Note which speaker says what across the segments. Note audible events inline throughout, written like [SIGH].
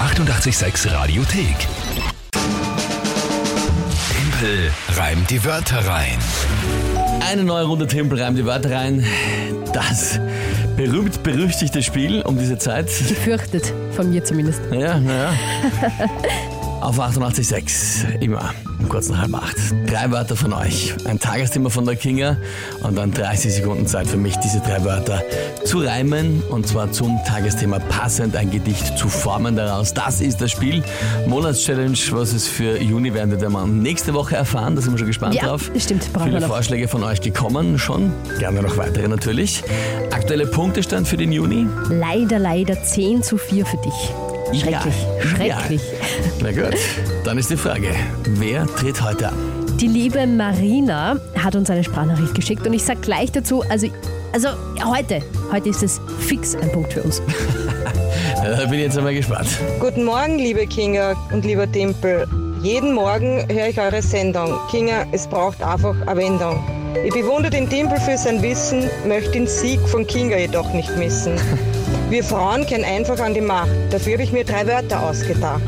Speaker 1: 886 Radiothek. Tempel reimt die Wörter rein.
Speaker 2: Eine neue Runde Tempel reimt die Wörter rein. Das berühmt-berüchtigte Spiel um diese Zeit.
Speaker 3: Gefürchtet, von mir zumindest.
Speaker 2: Ja,
Speaker 3: [LAUGHS]
Speaker 2: naja. Auf 88,6 immer um kurz nach halb acht. Drei Wörter von euch, ein Tagesthema von der Kinga und dann 30 Sekunden Zeit für mich, diese drei Wörter zu reimen und zwar zum Tagesthema passend ein Gedicht zu formen daraus. Das ist das Spiel. Monatschallenge, was es für Juni werden wir dann nächste Woche erfahren. Da sind wir schon gespannt
Speaker 3: Ja,
Speaker 2: drauf.
Speaker 3: das stimmt. Brauchen
Speaker 2: Viele
Speaker 3: wir noch.
Speaker 2: Vorschläge von euch gekommen schon. Gerne noch weitere natürlich. Aktuelle Punktestand für den Juni.
Speaker 3: Leider, leider 10 zu 4 für dich. Schrecklich,
Speaker 2: Ideal.
Speaker 3: schrecklich.
Speaker 2: Na gut, dann ist die Frage, wer tritt heute an?
Speaker 3: Die liebe Marina hat uns eine Sprachnachricht geschickt und ich sag gleich dazu, also, also heute, heute ist es fix ein Punkt für uns.
Speaker 2: Ja, Da Äh, bin ich jetzt einmal gespannt.
Speaker 4: Guten Morgen, liebe Kinga und lieber Tempel. Jeden Morgen höre ich eure Sendung. Kinga, es braucht einfach eine Wendung. Ich bewundere den Tempel für sein Wissen, möchte den Sieg von Kinga jedoch nicht missen. Wir Frauen kennen einfach an die Macht. Dafür habe ich mir drei Wörter ausgedacht.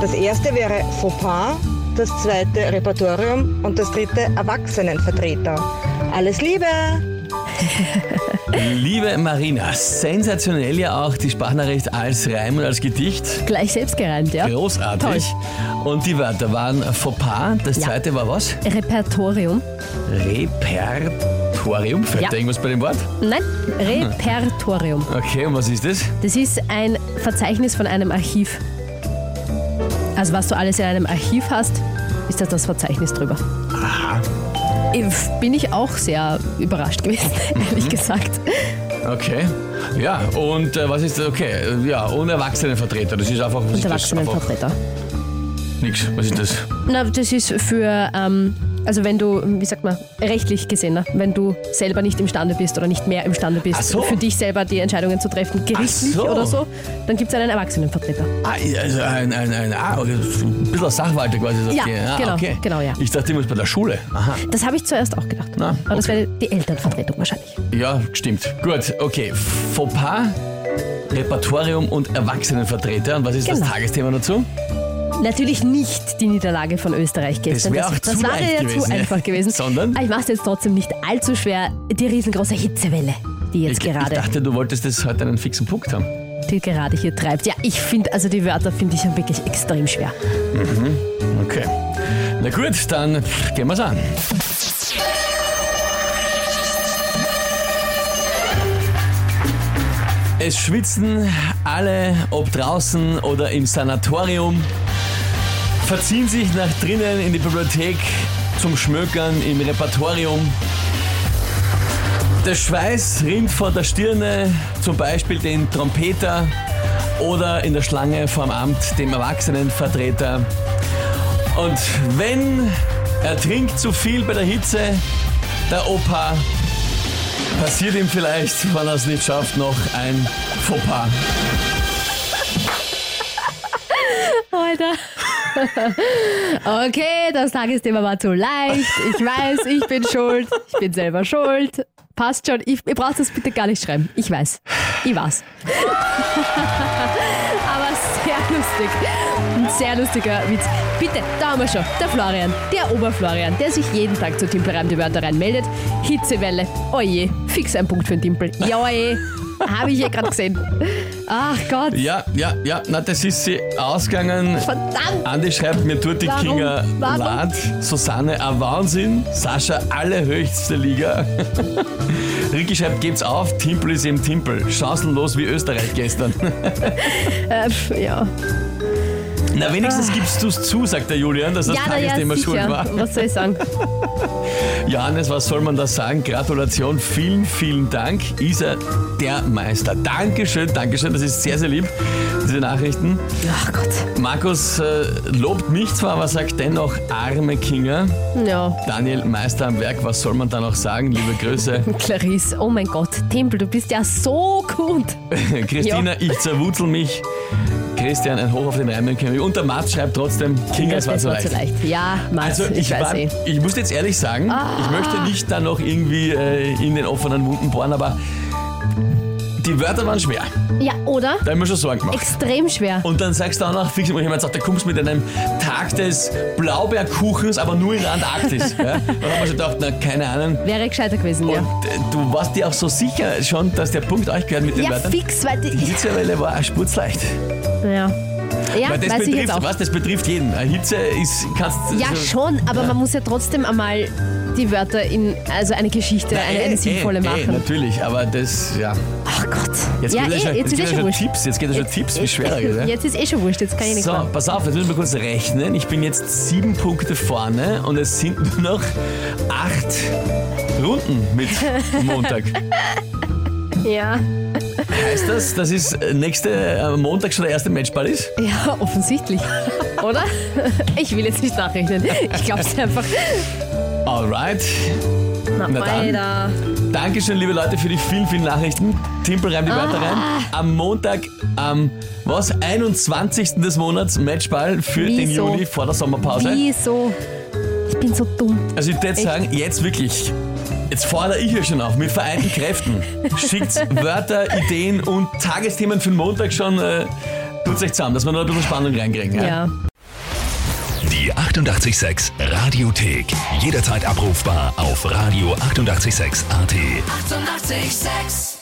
Speaker 4: Das erste wäre Fauxpas, das zweite Repertorium und das dritte Erwachsenenvertreter. Alles Liebe!
Speaker 2: Liebe Marina, sensationell ja auch die Sprachnachricht als Reim und als Gedicht.
Speaker 3: Gleich selbst gereimt, ja?
Speaker 2: Großartig. Und die Wörter waren Fauxpas, das
Speaker 3: Ja.
Speaker 2: zweite war was?
Speaker 3: Repertorium.
Speaker 2: Repertorium. Fällt
Speaker 3: Ja.
Speaker 2: da irgendwas bei dem Wort?
Speaker 3: Nein, Repertorium.
Speaker 2: Okay, und was ist das?
Speaker 3: Das ist ein Verzeichnis von einem Archiv. Also was du alles in einem Archiv hast, ist das das Verzeichnis drüber. Aha. Bin ich auch sehr überrascht gewesen, [LAUGHS]
Speaker 2: Mhm.
Speaker 3: ehrlich gesagt.
Speaker 2: Okay. Ja, und äh, was ist das? Okay, äh, ja, und Erwachsenenvertreter. Das ist einfach, was
Speaker 3: Und
Speaker 2: ist das? Einfach
Speaker 3: Erwachsenenvertreter.
Speaker 2: nix. Was ist das?
Speaker 3: Na, das ist für, ähm, also wenn du, wie sagt man, rechtlich gesehen, ne? wenn du selber nicht imstande bist oder nicht mehr imstande
Speaker 2: Ach
Speaker 3: bist,
Speaker 2: so.
Speaker 3: für dich selber die Entscheidungen zu treffen, gerichtlich
Speaker 2: Ach so.
Speaker 3: oder so, dann gibt es einen Erwachsenenvertreter.
Speaker 2: Ah, also ein, ein, ein, ah, okay, ein bisschen Sachwalter quasi. so
Speaker 3: Ja,
Speaker 2: okay. ah,
Speaker 3: genau,
Speaker 2: okay.
Speaker 3: genau, ja.
Speaker 2: Ich dachte, ich muss bei der Schule. Aha.
Speaker 3: Das habe ich zuerst auch gedacht.
Speaker 2: Na,
Speaker 3: Aber das
Speaker 2: okay.
Speaker 3: wäre die Elternvertretung wahrscheinlich.
Speaker 2: Ja, stimmt. Gut, okay. Fauxpas, Repertorium und Erwachsenenvertreter. Und was ist das
Speaker 3: Genau.
Speaker 2: Tagesthema dazu?
Speaker 3: Natürlich nicht die Niederlage von Österreich gestern.
Speaker 2: wär auch zu
Speaker 3: war
Speaker 2: leicht
Speaker 3: ja
Speaker 2: gewesen,
Speaker 3: zu
Speaker 2: ja.
Speaker 3: einfach gewesen.
Speaker 2: Sondern?
Speaker 3: Aber ich mache es jetzt trotzdem nicht allzu schwer. Die riesengroße Hitzewelle, die jetzt
Speaker 2: ich,
Speaker 3: gerade,
Speaker 2: ich dachte, du wolltest das heute einen fixen Punkt haben.
Speaker 3: die gerade hier treibt. Ja, ich finde, also die Wörter finde ich ja wirklich extrem schwer.
Speaker 2: Okay. Na gut, dann pff, gehen wir's an. Es schwitzen alle, ob draußen oder im Sanatorium, verziehen sich nach drinnen in die Bibliothek zum Schmökern im Repertorium. Der Schweiß rinnt vor der Stirne, zum Beispiel den Trompeter oder in der Schlange vorm Amt, dem Erwachsenenvertreter. Und wenn er trinkt zu viel bei der Hitze, der Opa, passiert ihm vielleicht, wenn er es nicht schafft, noch ein Fauxpas.
Speaker 3: Alter. Okay, das Tagesthema war zu leicht. Ich weiß, ich bin schuld. Ich bin selber schuld. Passt schon. Ich, ihr braucht das bitte gar nicht schreiben. Ich weiß. Ich weiß. Aber sehr lustig. Ein sehr lustiger Witz. Bitte, da haben wir schon. Der Florian, der Oberflorian, der sich jeden Tag zu Timpel reim die Wörter reinmeldet. Hitzewelle. Oje, fix ein Punkt für den Timpel. Joje, habe ich ja gerade gesehen. Ach Gott,
Speaker 2: Ja, ja, ja, na, das ist sie ausgegangen.
Speaker 3: verdammt.
Speaker 2: Andi schreibt, mir tut die
Speaker 3: Warum?
Speaker 2: Kinga
Speaker 3: Warum?
Speaker 2: leid. Susanne, ein Wahnsinn. Sascha, alle höchste Liga. [LAUGHS] Ricky schreibt, gebt's auf, Timpel ist eben Timpel. Chancenlos wie Österreich gestern. [LAUGHS]
Speaker 3: Äh, pf, ja.
Speaker 2: Na, wenigstens gibst du's zu, sagt der Julian, dass das
Speaker 3: na
Speaker 2: Tagesthema schuld war.
Speaker 3: Was soll ich sagen?
Speaker 2: Johannes, was soll man da sagen? Gratulation, vielen, vielen Dank. Isa, der Meister. Dankeschön, Dankeschön, das ist sehr, sehr lieb, diese Nachrichten.
Speaker 3: Ach Gott.
Speaker 2: Markus äh, lobt mich zwar, aber sagt dennoch arme Kinger.
Speaker 3: Ja.
Speaker 2: Daniel, Meister am Werk, was soll man da noch sagen? Liebe Grüße.
Speaker 3: Clarisse, oh mein Gott, Tempel, du bist ja so gut.
Speaker 2: Christina, ich zerwutzel mich. Christian, ein Hoch auf den Reimenkönig. Und der Mats schreibt trotzdem, Kinger, es war zu leicht.
Speaker 3: Ja, Mann,
Speaker 2: Also ich,
Speaker 3: weiß Ah.
Speaker 2: war,
Speaker 3: eh.
Speaker 2: ich muss jetzt ehrlich sagen, ich möchte nicht da noch irgendwie äh, in den offenen Wunden bohren, aber Die Wörter waren schwer.
Speaker 3: Ja, oder?
Speaker 2: Da haben wir schon Sorgen gemacht.
Speaker 3: Extrem schwer.
Speaker 2: Und dann sagst du auch noch, fix mal jemand sagt, du kommst mit einem Tag des Blaubeerkuchens, aber nur in
Speaker 3: [LAUGHS]
Speaker 2: Antarktis. ja? Da haben wir schon gedacht, na, keine Ahnung.
Speaker 3: Wäre gescheiter gewesen, ja.
Speaker 2: Und äh, du warst dir auch so sicher schon, dass der Punkt euch gehört mit den
Speaker 3: Ja,
Speaker 2: Wörtern.
Speaker 3: fix, weil
Speaker 2: Die
Speaker 3: die.
Speaker 2: Hitzewelle war auch spurzleicht.
Speaker 3: Ja. Ja,
Speaker 2: Weil das
Speaker 3: weiß ich jetzt
Speaker 2: betrifft,
Speaker 3: auch.
Speaker 2: was, das betrifft jeden. Eine Hitze ist, kannst
Speaker 3: Ja, schon, aber man muss ja trotzdem einmal die Wörter in, also eine Geschichte, eine,
Speaker 2: eh,
Speaker 3: eine sinnvolle
Speaker 2: Ey,
Speaker 3: machen.
Speaker 2: natürlich, aber das, ja.
Speaker 3: Ach Gott.
Speaker 2: Jetzt
Speaker 3: ja,
Speaker 2: geht
Speaker 3: eh,
Speaker 2: er schon,
Speaker 3: jetzt
Speaker 2: jetzt
Speaker 3: ist eh
Speaker 2: geht er
Speaker 3: schon
Speaker 2: schon
Speaker 3: wurscht.
Speaker 2: Tipps, jetzt geht er schon Tipps, wie schwer er geht.
Speaker 3: [LAUGHS]
Speaker 2: ja?
Speaker 3: Jetzt ist eh schon wurscht, jetzt kann ich nichts
Speaker 2: So,
Speaker 3: machen.
Speaker 2: pass auf, jetzt müssen wir kurz rechnen. Ich bin jetzt sieben Punkte vorne und es sind [LAUGHS] nur noch acht Runden mit
Speaker 3: [LAUGHS]
Speaker 2: Montag.
Speaker 3: Ja.
Speaker 2: Heißt das, dass es nächste äh, Montag schon der erste Matchball ist?
Speaker 3: Ja, [LAUGHS] offensichtlich. Oder? Ich will jetzt nicht nachrechnen. Ich glaub's einfach.
Speaker 2: Alright.
Speaker 3: Na,
Speaker 2: Na dann.
Speaker 3: Alter.
Speaker 2: Dankeschön, liebe Leute, für die vielen, vielen Nachrichten. Timpel reimt die Wörter rein.
Speaker 3: Ah.
Speaker 2: Am Montag, am was, 21. des Monats, Matchball für den
Speaker 3: Wieso?
Speaker 2: Juli vor der Sommerpause.
Speaker 3: Wieso? Ich bin so dumm.
Speaker 2: Also ich würde sagen, jetzt wirklich, jetzt fordere ich hier schon auf, mit vereinten Kräften. Schickt Wörter, Ideen und Tagesthemen für den Montag schon, äh, tut euch zusammen, dass wir noch ein bisschen Spannung reinkriegen.
Speaker 3: Ja.
Speaker 1: Die 886 Radiothek. Jederzeit abrufbar auf radio886.at. 886!
Speaker 5: 886